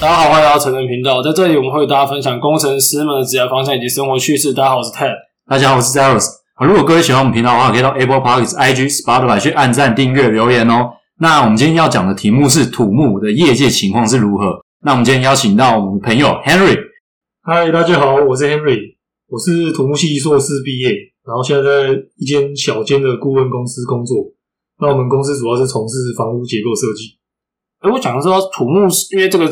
大家好，欢迎来到成人频道，在这里我们会与大家分享工程师们的职业方向以及生活趣事。大家好，我是 Ted。大家好，我是 Zeros。好如果各位喜欢我们频道的话，可以到 Apple Podcasts、IG、Spotify 去按赞、订阅、留言哦。那我们今天要讲的题目是土木的业界情况是如何。那我们今天邀请到我们朋友 Henry，嗨，大家好，我是 Henry，我是土木系硕士毕业，然后现在在一间小间的顾问公司工作。那我们公司主要是从事房屋结构设计。哎、我想说土木是，因为这个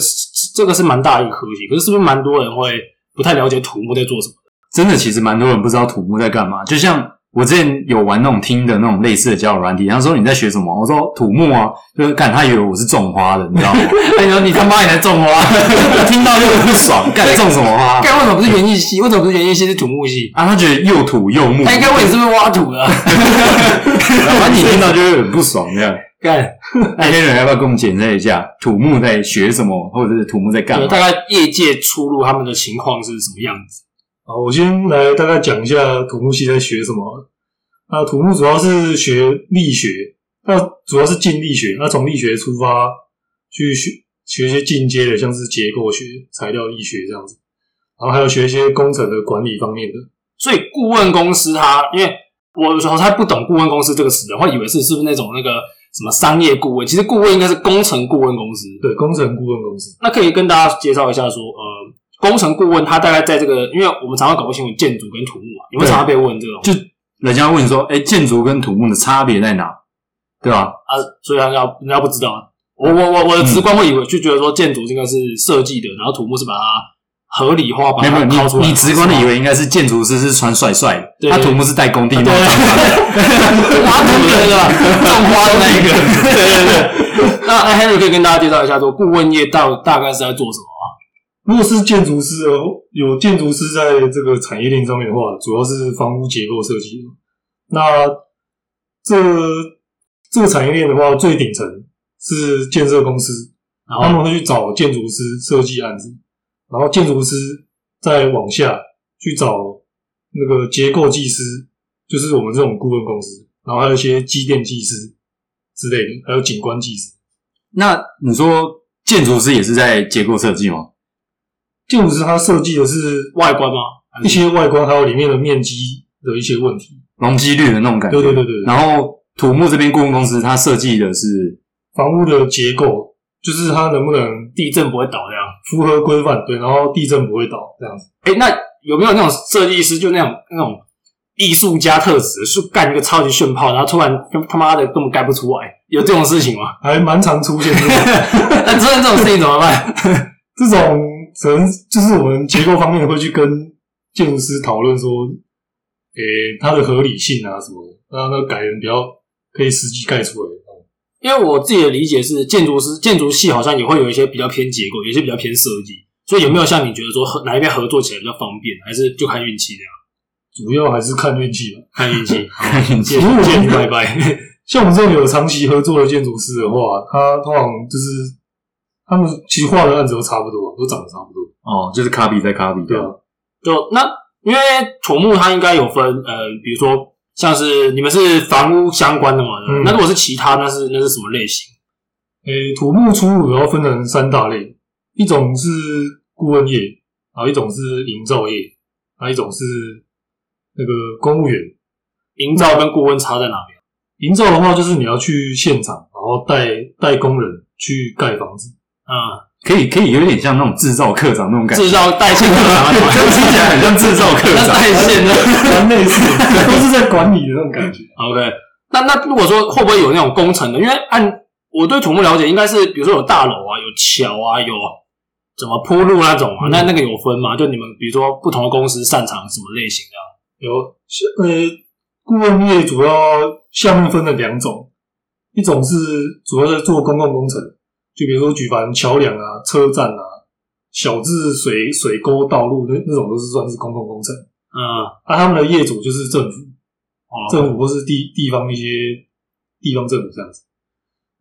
这个是蛮大一个科技，可是是不是蛮多人会不太了解土木在做什么？真的其实蛮多人不知道土木在干嘛。就像我之前有玩那种听的那种类似的交友软体，他说你在学什么？我说土木啊，就是干他以为我是种花的，你 知道吗？他说你他妈也在种花， 听到就很不爽，干种什么花该为什么不是园艺系？为什么不是园艺系是土木系？啊？他觉得又土又木，他应该问你是不是挖土的、啊？ 然后你听到就会很不爽这样。干，那黑人要不要跟我们简介一下土木在学什么，或者是土木在干对，嘛？大概业界出入他们的情况是什么样子？好，我先来大概讲一下土木系在学什么好了。那土木主要是学力学，那主要是近力学，那从力学出发去学学一些进阶的，像是结构学、材料力学这样子，然后还有学一些工程的管理方面的。所以顾问公司它，因为我有时候太不懂顾问公司这个词的话，会以为是是不是那种那个什么商业顾问？其实顾问应该是工程顾问公司。对，工程顾问公司，那可以跟大家介绍一下说，呃，工程顾问他大概在这个，因为我们常常搞不清楚建筑跟土木啊嘛，有没有对常常被问这种就人家问说，哎、建筑跟土木的差别在哪？对吧？啊？所以他要人家不知道。啊我我我我的直观会以为就觉得说建筑应该是设计的，然后土木是把它合理化，把没有没它有，掏出来。你你直观的以为为应该是建筑师是穿帅帅的，对他土木是带工地那对种脏脏的，挖土的对吧？种花的那一个。对对对。 那那 Henry 可以跟大家介绍一下，说顾问业到大概是在做什么啊？如果是建筑师哦，有建筑师在这个产业链上面的话，主要是房屋结构设计的。那这这个产业链的话，最顶层是建设公司，然他后们会去找建筑师设计案子，然后建筑师再往下去找那个结构技师，就是我们这种顾问公司，然后还有一些机电技师之类的，还有景观技师。 那你说建筑师也是在结构设计吗？建筑师他设计的是外观吗？一些外观，还有里面的面积的一些问题。容积率的那种感觉。对对对对，然后土木这边顾问公司，它设计的是房屋的结构就是它能不能地震不会倒这样？符合规范，对，然后地震不会倒这样子。哎、那有没有那种设计师，就那种那种艺术家特质，是干一个超级炫炮，然后突然他他妈的根本盖不出来，有这种事情 吗？还蛮常出现这种那真的这种事情怎么办？这种可能就是我们结构方面会去跟建筑师讨论说，诶、它的合理性啊什么的，那那改人比较可以实际盖出来。因为我自己的理解是，建筑师建筑系好像也会有一些比较偏结构，有些比较偏设计，所以有没有像你觉得说合哪一边合作起来比较方便，还是就看运气这样？主要还是看运气吧。看运气，建谢谢你，拜拜。像我们这种有长期合作的建筑师的话，他通常就是他们其实画的案子都差不多，都长得差不多。 哦，就是 copy 在 copy 对啊，就那因为土木它应该有分呃，比如说像是你们是房屋相关的嘛，嗯那如果是其他，那是那是什么类型？诶、土木出入主要分成三大类，一种是顾问业，然后一种是营造业，然后一种是那个公务员。营造跟顾问差在哪边？营造的话，就是你要去现场，然后带带工人去盖房子。嗯，可以可以有点像那种制造课长那种感觉，制造带 线 听起来很像制造课那长。带线的。蛮类似， 都是在管理的那种感觉。 OK，那那如果说会不会有那种工程的？因为按我对土木了解，应该是比如说有大楼啊，有桥啊，有怎么铺路那种啊，嗯那那个有分吗？就你们比如说不同的公司擅长什么类型的啊？有是呃，顾问业主要下面分了两种，一种是主要在做公共工程，就比如说举凡桥梁啊、车站啊、小至水水沟、道路那那种都是算是公共工程。嗯，啊，他们的业主就是政府，哦，政府或是地地方一些地方政府这样子。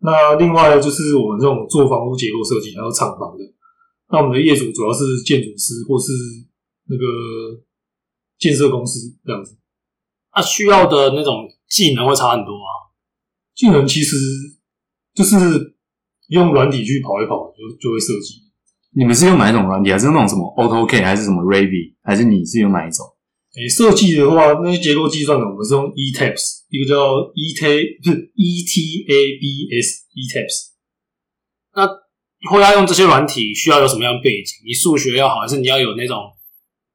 那另外就是我们这种做房屋结构设计还有厂房的，那我们的业主主要是建筑师或是那个建设公司这样子。那需要的那种技能会差很多啊。技能其实就是用软体去跑一跑就就会设计，你们是用哪一种软体？还是用那种什么 AutoCAD，还是什么 Revy，还是你是用哪一种？诶、设计的话，那些结构计算的，我们是用 ETABS，一个叫 ET 不是，E ETABS ETABS。会要用这些软体，需要有什么样的背景？你数学要好，还是你要有那种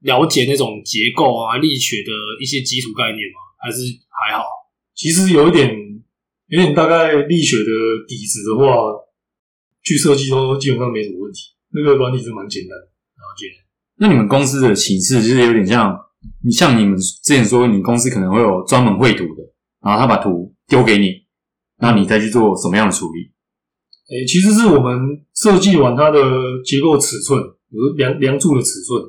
了解那种结构啊、力学的一些基础概念吗？还是还好？其实有一点，有点大概力学的底子的话，去设计都基本上没什么问题。那个软体是蛮简单的，了解。那你们公司的形式就是有点像，你像你们之前说，你公司可能会有专门绘图的，然后他把图丢给你，然后你再去做什么样的处理？诶、其实是我们设计完它的结构尺寸，比如梁梁柱的尺寸，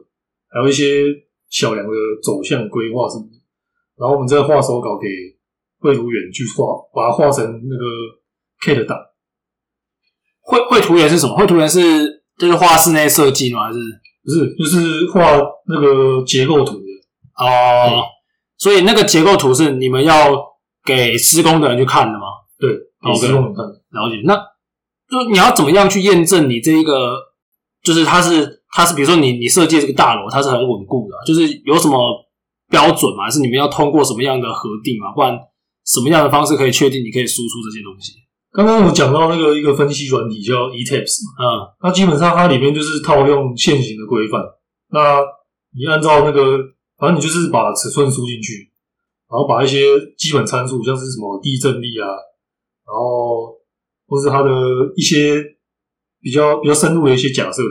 还有一些小梁的走向规划什么的，然后我们再画手稿给绘图员去画，把它画成那个 K 的档。绘绘图员是什么？绘图员是就是画室内设计吗？还是不是，就是画那个结构图的。哦、所以那个结构图是你们要给施工的人去看的吗？对， OK 给施工人看的。了解。那就你要怎么样去验证你这一个，就是它是它是，比如说你你设计这个大楼，它是很稳固的，啊就是有什么标准吗？还是你们要通过什么样的核定嘛？不然什么样的方式可以确定你可以输出这些东西？刚刚我讲到那个一个分析软体叫 E ETABS 嘛，嗯，它基本上它里面就是套用现行的规范，那你按照那个，反正你就是把尺寸输进去，然后把一些基本参数，像是什么地震力啊，然后或是它的一些比较比较深入的一些假设的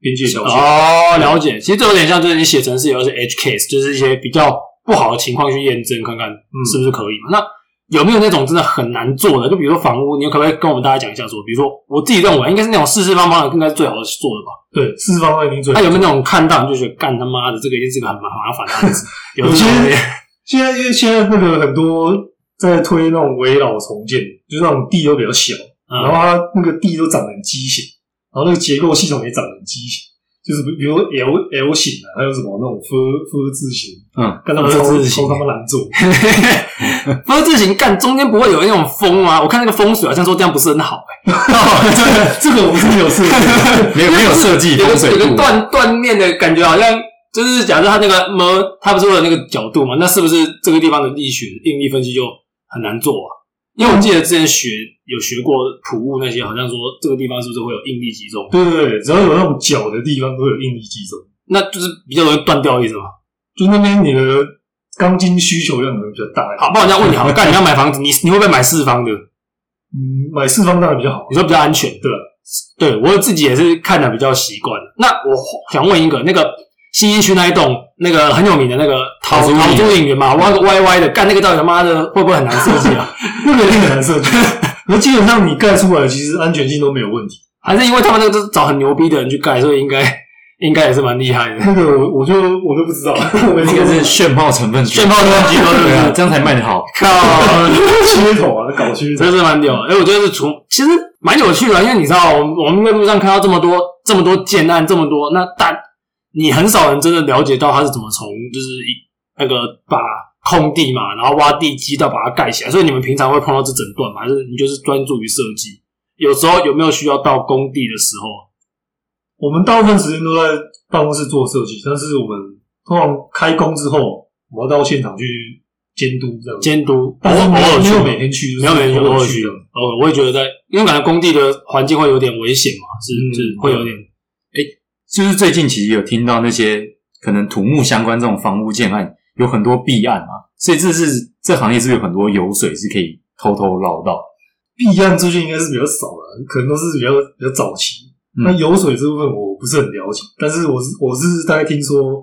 边界条件，哦，了解。其实这有点像，就是你写程式有一些 edge case，就是一些比较不好的情况去验证，看看是不是可以嘛。那有没有那种真的很难做的？就比如说房屋，你可不可以跟我们大家讲一下说，比如说我自己认为应该是那种四四方方的，应该是最好做的吧？对，四方方一定最好他、。有没有那种看到你就觉得干他妈的这个一定是个很麻烦的案子？有有这些种现在因为现在那个很多在推那种围绕重建，就是那种地都比较小，然后嗯，它那个地都长得很畸形，然后那个结构系统也长得很畸形，就是比如说 L L 型啊，还有什么那种 F F 字型，嗯，干他们 F 超字型超他妈难做。不是自行干中间不会有那种风吗？我看那个风水好像说这样不是很好、欸哦这个我们是没有设计的，没有 没有设计有风个水有个度，断断面的感觉，好像就是假设它那个么，它不是为了那个角度嘛？那是不是这个地方的力学应力分析就很难做啊？因为我记得之前学有学过普物那些，好像说这个地方是不是会有应力集中？对对对，只要有那种角的地方都会有应力集中，那就是比较容易断掉的意思嘛。就那边你的钢筋需求量可能比较大一点。好，不然我这样问你好了，干你要买房子，你你会不会买四方的？嗯，买四方当然比较好你。说比较安全，对吧？对我自己也是看的比较习惯了。那我想问一个，那个新一区那一栋那个很有名的那个桃桃桃竹影竹影园嘛，挖个歪歪的，干那个到底他妈的会不会很难设计啊？ 那个一定很难 设计，可是基本上你盖出来，其实安全性都没有问题。还是因为他们那个都是找很牛逼的人去盖，所以应该应该也是蛮厉害的。那个我我就我都不知道，我那这个是炫泡成分，炫泡成分居多对不对对啊，这样才卖得好。 靠，噱头啊，搞噱头真。是蛮屌的。哎，我觉得是从其实蛮有趣的，啊因为你知道，我们我们在路上看到这么多这么多建案，这么多那但你很少人真的了解到他是怎么从就是一那个把空地嘛，然后挖地基到把它盖起来。所以你们平常会碰到这整段嘛，还是你就是专注于设计？有时候有没有需要到工地的时候？我们大部分时间都在办公室做设计，但是我们通常开工之后，我们要到现场去监督这样子。监督，但是偶没有尔没去有吗每天去，没有没有偶偶尔尔去去的的。，哦，我也觉得在，因为感觉工地的环境会有点危险嘛，是是嗯会有点就是最近其实有听到那些可能土木相关这种房屋建案有很多弊案嘛，所以这是这行业是不是有很多油水是可以偷偷捞到？避案最近应该是比较少了，可能都是比较比较早期。嗯那油水这部分我不是很了解，但是我是我是大概听说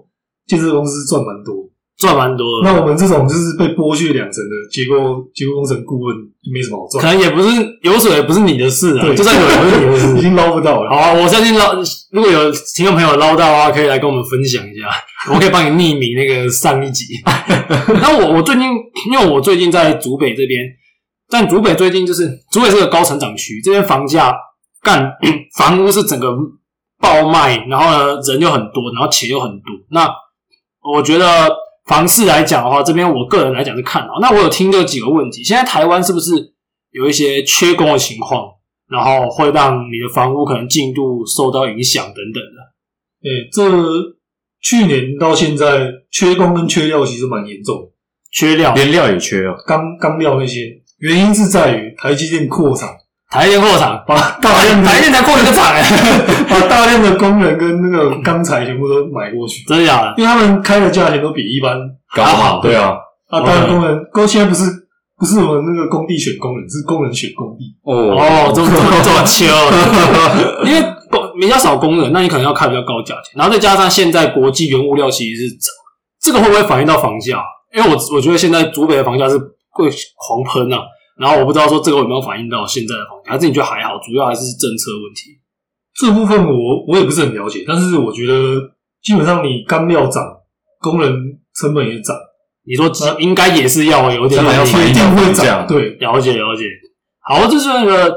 建设公司赚蛮多。赚蛮多的。那我们这种就是被剥削两成的结构结构工程顾问就没什么好可赚，能也不是有水，也不是你的事啊，对，就算有，也不是你的事。已经捞不到了。好啊，我相信捞，如果有听众朋友捞到啊，可以来跟我们分享 一下，我可以帮你匿名那个上一集。 那我我最近，因为我最近在竹北这边，但竹北最近就是竹北是个高成长区，这边房价干 房屋是整个爆卖，然后呢人又很多，然后钱又很多。那我觉得房市来讲的话，这边我个人来讲是看好。那我有听这几个问题，现在台湾是不是有一些缺工的情况？然后会让你的房屋可能进度受到影响等等的。诶、欸这去年到现在缺工跟缺料其实蛮严重的，缺料，连料也缺哦。钢钢料那些，原因是在于台积电扩厂，台电扩厂，把大台量电台的电才扩一个厂哎、 把大量的工人跟那个钢材全部都买过去，真的假的？因为他们开的价钱都比一般搞不好对啊，啊，当然工人工现在不是不是我们那个工地选工人，是工人选工地，哦，哦，这么这么 这么秋，因为工比较少工人，那你可能要开比较高价钱，然后再加上现在国际原物料其实是涨，这个会不会反映到房价？啊因为我我觉得现在竹北的房价是会狂喷啊，然后我不知道说这个有没有反映到现在的房价，还是你觉得还好？主要还是政策问题。这部分我我也不是很了解，但是我觉得基本上你钢料涨，工人成本也涨，你说基应该也是呃要啊有点真的要了解反一映定会这样涨，对，了解了解。好，这是那个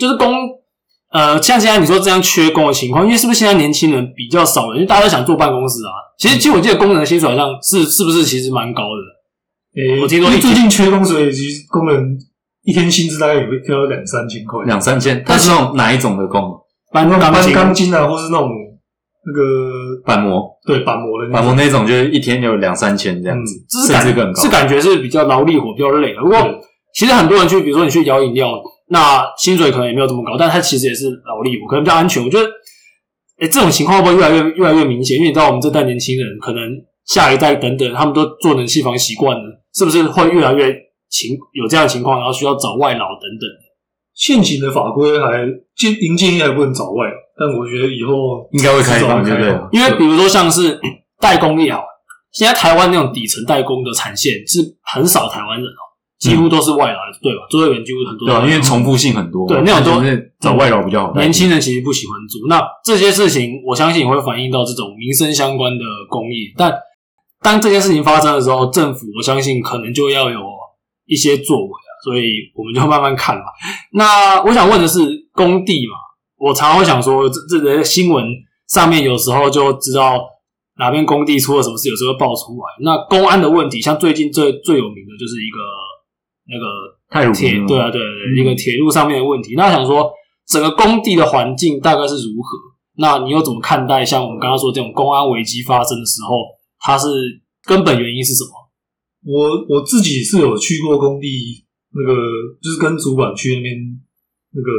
就是工呃，像现在你说这样缺工的情况，因为是不是现在年轻人比较少人，因为大家都想坐办公室啊。其实，其实我记得工人的薪水好像是是不是其实蛮高的，诶、我听说因为一最近缺工，所以其实工人一天薪资大概也会跳到两三千块，两三千，它是那种哪一种的工？搬那种钢搬琴钢筋啊，或是那种那个板模，对板模的那板种，模那种就是一天有两三千这样子，这嗯是感甚至更高是感觉是比较劳力活，比较累的。如对果其实很多人去，比如说你去摇饮料，那薪水可能也没有这么高，但他其实也是劳力活，可能比较安全。我觉得，哎、这种情况会不会越来越越来越明显？因为你知道我们这代年轻人，可能下一代等等，他们都做冷气房习惯了，是不是会越来越情有这样的情况，然后需要找外劳等等？现行的法规还建营建业还不能早外，但我觉得以后应该会开放，对不至少会开对放了？因为比如说像是代工业好了，现在台湾那种底层代工的产线是很少台湾人哦，几乎都是外来的，对吧？作业员几乎很对多都是外啊，劳，因为重复性很多，嗯对那种都嗯就是找外劳比较好带。年轻人其实不喜欢做。那这些事情，我相信会反映到这种民生相关的工艺。但当这件事情发生的时候，政府我相信可能就要有一些作为啊，所以我们就慢慢看吧。 那我想问的是，工地嘛，我常常会想说，这这个新闻上面有时候就知道哪边工地出了什么事，有时候会爆出来。那公安的问题，像最近最最有名的就是一个那个太鲁铁明了对啊，对对，对一个铁路上面的问题。那想说，整个工地的环境大概是如何？那你又怎么看待像我们刚刚说这种公安危机发生的时候，它是根本原因是什么？ 我我自己是有去过工地，那个就是跟主管去那边那个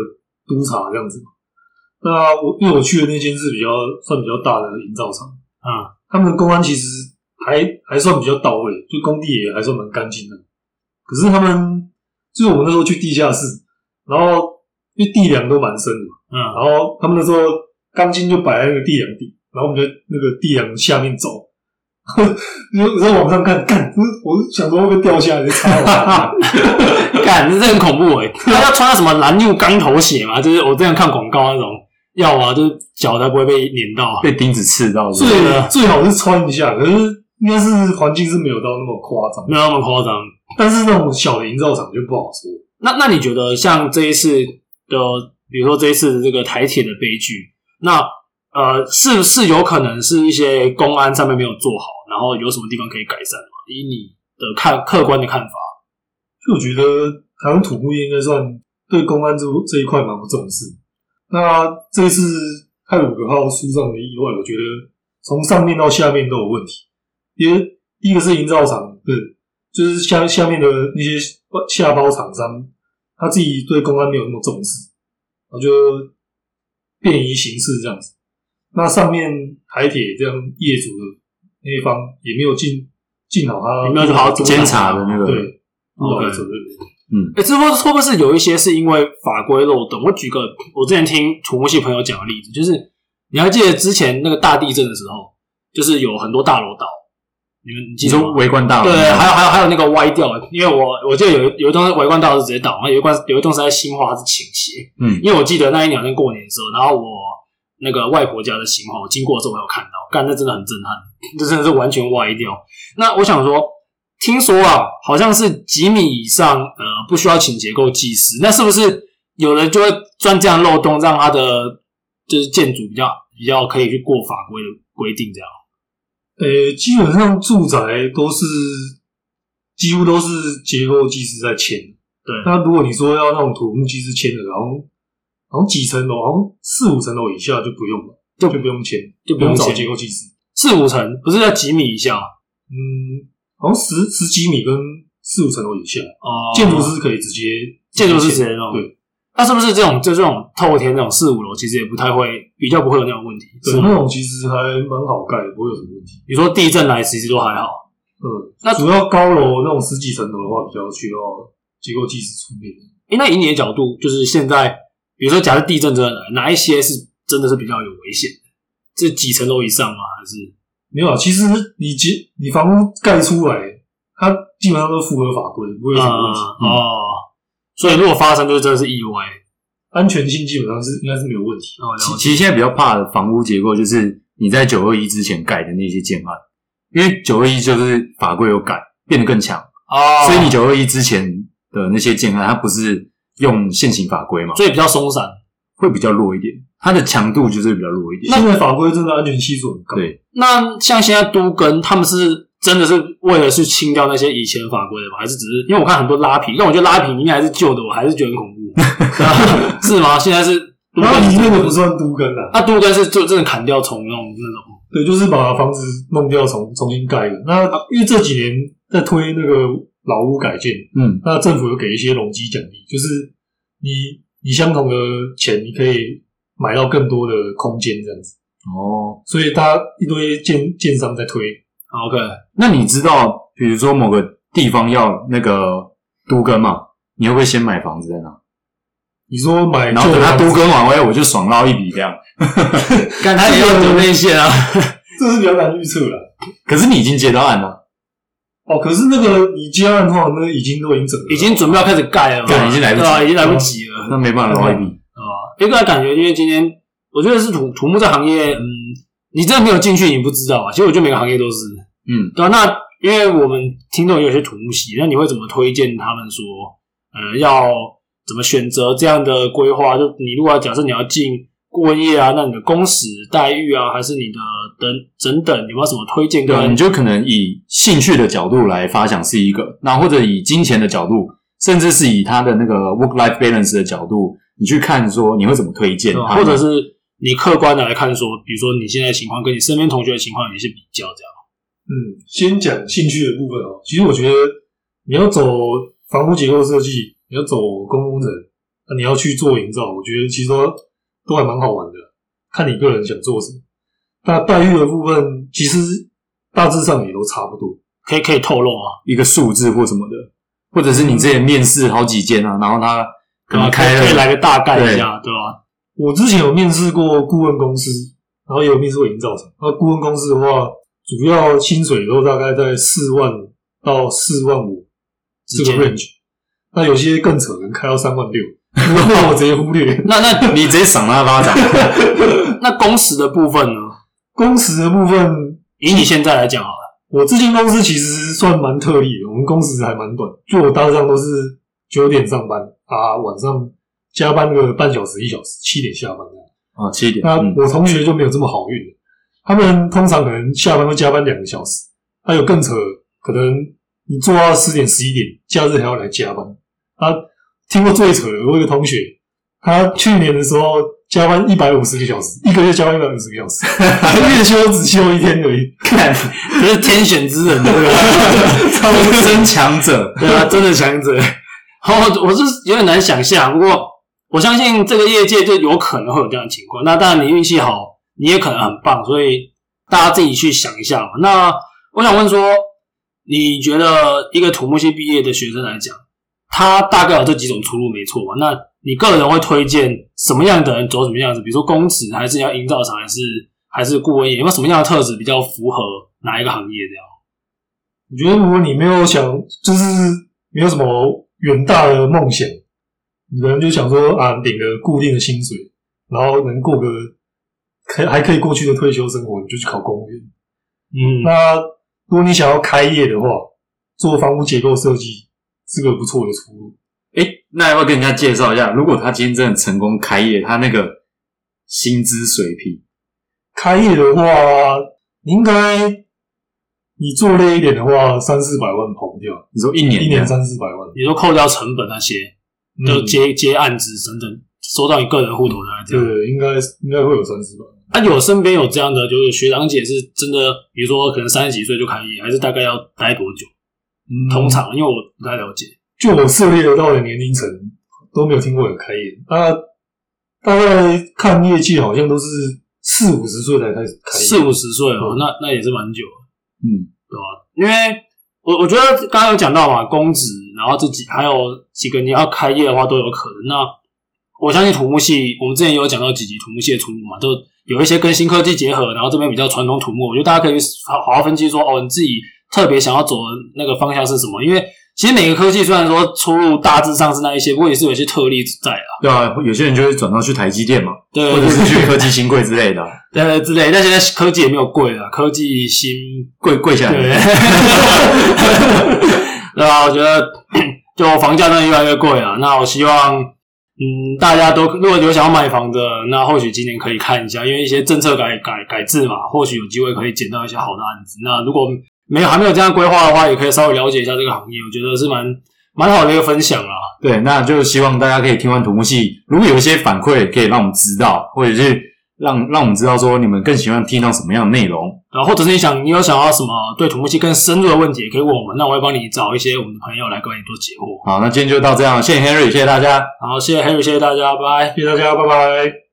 督查这样子。那我因为我去的那间是比较算比较大的营造厂，嗯，他们的公安其实还还算比较到位，就工地也还算蛮干净的。可是他们就是我们那时候去地下室，然后因为地梁都蛮深的嘛，嗯，然后他们那时候钢筋就摆在那个地梁底，然后我们就那个地梁下面走，就在往上看，干，我是想说会不会掉下来就啊插我。干，这很恐怖哎、他要穿什么蓝绿钢头鞋嘛？就是我之前看广告那种，要啊，就是脚才不会被碾到。啊被钉子刺到是不是，最最好是穿一下，可是应该是环境是没有到那么夸张，没有那么夸张。但是那种小的营造厂就不好说。那那你觉得像这一次的，比如说这一次的这个台铁的悲剧，那呃，是是有可能是一些公安上面没有做好，然后有什么地方可以改善吗？以你的看客观的看法，就我觉得台湾土木业应该算对公安这这一块蛮不重视。那这次泰鲁格号出上的意外，我觉得从上面到下面都有问题。因为第一个是营造厂，对，就是下下面的那些下包厂商，他自己对公安没有那么重视，然后就便于行事这样子。那上面台铁这样业主的那一方也没有尽尽好他也没有好好监察的那个对不好 OK 的责任。哎、这会会不会是有一些是因为法规漏洞？我举个我之前听土木系朋友讲的例子，就是你还记得之前那个大地震的时候，就是有很多大楼倒，你们你记你得吗说？围观大楼对，那种，还有还有还有那个歪掉的，因为我我记得有一有一栋是围观大楼是直接倒，然后有一栋有一栋是在新化它是倾斜，嗯，因为我记得那一年好像过年的时候，然后我那个外婆家的新化，我经过的时候我有看到，干那真的很震撼，这真的是完全歪掉。那我想说，听说啊，好像是几米以上，呃，不需要请结构技师，那是不是有人就会钻这样漏洞，让他的就是建筑比较比较可以去过法规的规定这样？呃，基本上住宅都是几乎都是结构技师在签。对嗯那如果你说要那种土木技师签的，然后好像几层楼，好像四五层楼以下就不用了，就就不用签，就不不用找钱。结构技师。四五层不是要几米以下啊嗯，好像十十几米跟四五层楼以下，哦建筑师可以直接建筑师直签接弄。对，那是不是这种就这种透天这种四五楼，其实也不太会，比较不会有那种问题，对，那种其实还蛮好盖，不会有什么问题。比如说地震来，其实都还好。嗯，那主要高楼那种十几层楼的话，比较需要结构技师出面。诶，那以你的角度，就是现在，比如说假设地震真的来，哪一些是真的是比较有危险的？这几层楼以上吗？还是没有啊，其实你结你房屋盖出来，它基本上都符合法规，不会有什么问啊题。嗯哦？所以如果发生，就是真的是意外。安全性基本上是应该是没有问题。哦，了解其其实现在比较怕的房屋结构就是你在九二一之前盖的那些建案，因为九二一就是法规有改，变得更强，哦，所以你九二一之前的那些建案，它不是用现行法规嘛，所以比较松散。会比较弱一点，它的强度就是比较弱一点。现在法规真的安全系数很高，对，那像现在都跟他们是真的是为了去清掉那些以前法规的吗？还是只是因为我看很多拉皮，但我觉得拉皮应该还是旧的，我还是觉得很恐怖，是吗？现在是都然后跟你那个不算都根啊，那都跟是就真的砍掉重用那种对，就是把房子弄掉重重新盖的。那因为这几年在推那个老屋改建，嗯，那政府有给一些容积奖励，就是你你相同的钱，你可以买到更多的空间这样子。哦，所以大家一堆建建商在推，啊，OK，那你知道，比如说某个地方要那个都更嘛，你会不会先买房子在那，你说买然后旧等它房都子，更完，哎，我哎就爽捞一笔这样？干他也要走内线啊，这是比较难预测了。可是你已经接到案了，哦，可是那个你接案的话，那已经都已经整了，已经准备要开始盖了嘛，对已经来不及嗯对啊，已经来不及了。那没办法捞一笔。啊，一个感觉，因为今天我觉得是土土木这行业，嗯，你真的没有进去，你不知道啊。其实我觉得每个行业都是，嗯，对啊、那因为我们听众也有些土木系，那你会怎么推荐他们说，呃，要怎么选择这样的规划？就你如果要假设你要进顾问业啊，那你的工时待遇啊，还是你的等整等，有没有什么推荐跟？对，你就可能以兴趣的角度来发想是一个，那或者以金钱的角度，甚至是以他的那个 work life balance 的角度，你去看说你会怎么推荐对啊他，吧或者是你客观的来看说，比如说你现在的情况跟你身边同学的情况有一些比较，这样。嗯，先讲兴趣的部分哦。其实我觉得你要走房屋结构设计，你要走公工程，那你要去做营造，我觉得其实都都还蛮好玩的，看你个人想做什么。那待遇的部分，其实大致上也都差不多。可以可以透露啊，一个数字或什么的，或者是你之前面试好几间啊，然后他可对吧？能可开以可以了，来个大概一下，对吧？我之前有面试过顾问公司，然后也有面试过营造厂。那顾问公司的话，主要薪水都大概在四万到四万五这之个间 range，那有些更扯，能开到三万六， 那我直接忽略。那那你直接赏他巴掌。 那工时的部分呢？工时的部分，以你现在来讲好啊了，我这间公司其实算蛮特例的，我们工时还蛮短，就我大致上都是九点上班啊，晚上加班个半小时一小时，七点下班这样。哦，七点， 那嗯，我同学就没有这么好运了，他们通常可能下班会加班两个小时，还有更扯，可能你做到十点十一点，假日还要来加班。啊，听过最扯的，我有一个同学，他去年的时候加班一百五十个小时，一个月加班一百五十个小时， 他月休只休一天而已。 看，可是天选之人，对不终对？身强 者，对啊，真的强 者。我我是有点难想象，不过我相信这个业界就有可能会有这样的情况。那当然，你运气好，你也可能很棒，所以大家自己去想一下嘛。那我想问说，你觉得一个土木系毕业的学生来讲，他大概有这几种出路，没错吧？那你个人会推荐什么样的人走什么样子？比如说公职，还是要营造厂，还是还是顾问业？有没有什么样的特质比较符合哪一个行业这样？我觉得如果你没有想，就是没有什么远大的梦想，你可能就想说啊，领个固定的薪水，然后能过个可还可以过去的退休生活，你就去考公务员。嗯，那如果你想要开业的话，做房屋结构设计是个不错的出路。诶，那要不要跟人家介绍一下？如果他今天真的成功开业，他那个薪资水平，开业的话，你应该你做累一点的话，三四百万跑不掉，你说一年，一年三四百万，也就扣掉成本那些。就嗯接接案子等等收到你个人户头的来这样。对，应该应该会有三十吧。那、有身边有这样的，就是学长姐是真的，比如说可能三十几岁就开业，还是大概要待多久？嗯嗯通常因为我不太了解，就我涉猎得到的年龄层都没有听过有开业，那、大概看业界好像都是四五十岁才开始开业，四五十岁哦嗯，那那也是蛮久的。嗯，因为我我觉得刚刚有讲到嘛，公职，然后这几还有几个你要开业的话都有可能。那我相信土木系，我们之前也有讲到几集土木系的出路嘛，都有一些跟新科技结合，然后这边比较传统土木，我觉得大家可以好好好分析说，哦，你自己特别想要走的那个方向是什么？因为其实每个科技虽然说出入大致上是那一些，不过也是有一些特例在啊，对啊，有些人就会转到去台积电嘛，对或者是去科技新贵之类的啊， 呃之类。但现在科技也没有贵了，科技新跪跪 下对来，，对啊，我觉得就房价真的越来越贵啊。那我希望，嗯，大家都如果有想要买房的，那或许今年可以看一下，因为一些政策改改改制嘛，或许有机会可以捡到一些好的案子。那如果没有还没有这样规划的话，也可以稍微了解一下这个行业，我觉得是蛮蛮好的一个分享啊。对，那就希望大家可以听完土木系，如果有一些反馈，可以让我们知道，或者是让让我们知道说你们更喜欢听到什么样的内容。然啊后或者是你想你有想要什么对土木系更深入的问题，也可以问我们，那我会帮你找一些我们的朋友来跟你做解惑。好，那今天就到这样，谢谢 Henry，谢谢大家。好，谢谢 Henry，谢谢大家，拜拜。谢谢大家，拜拜。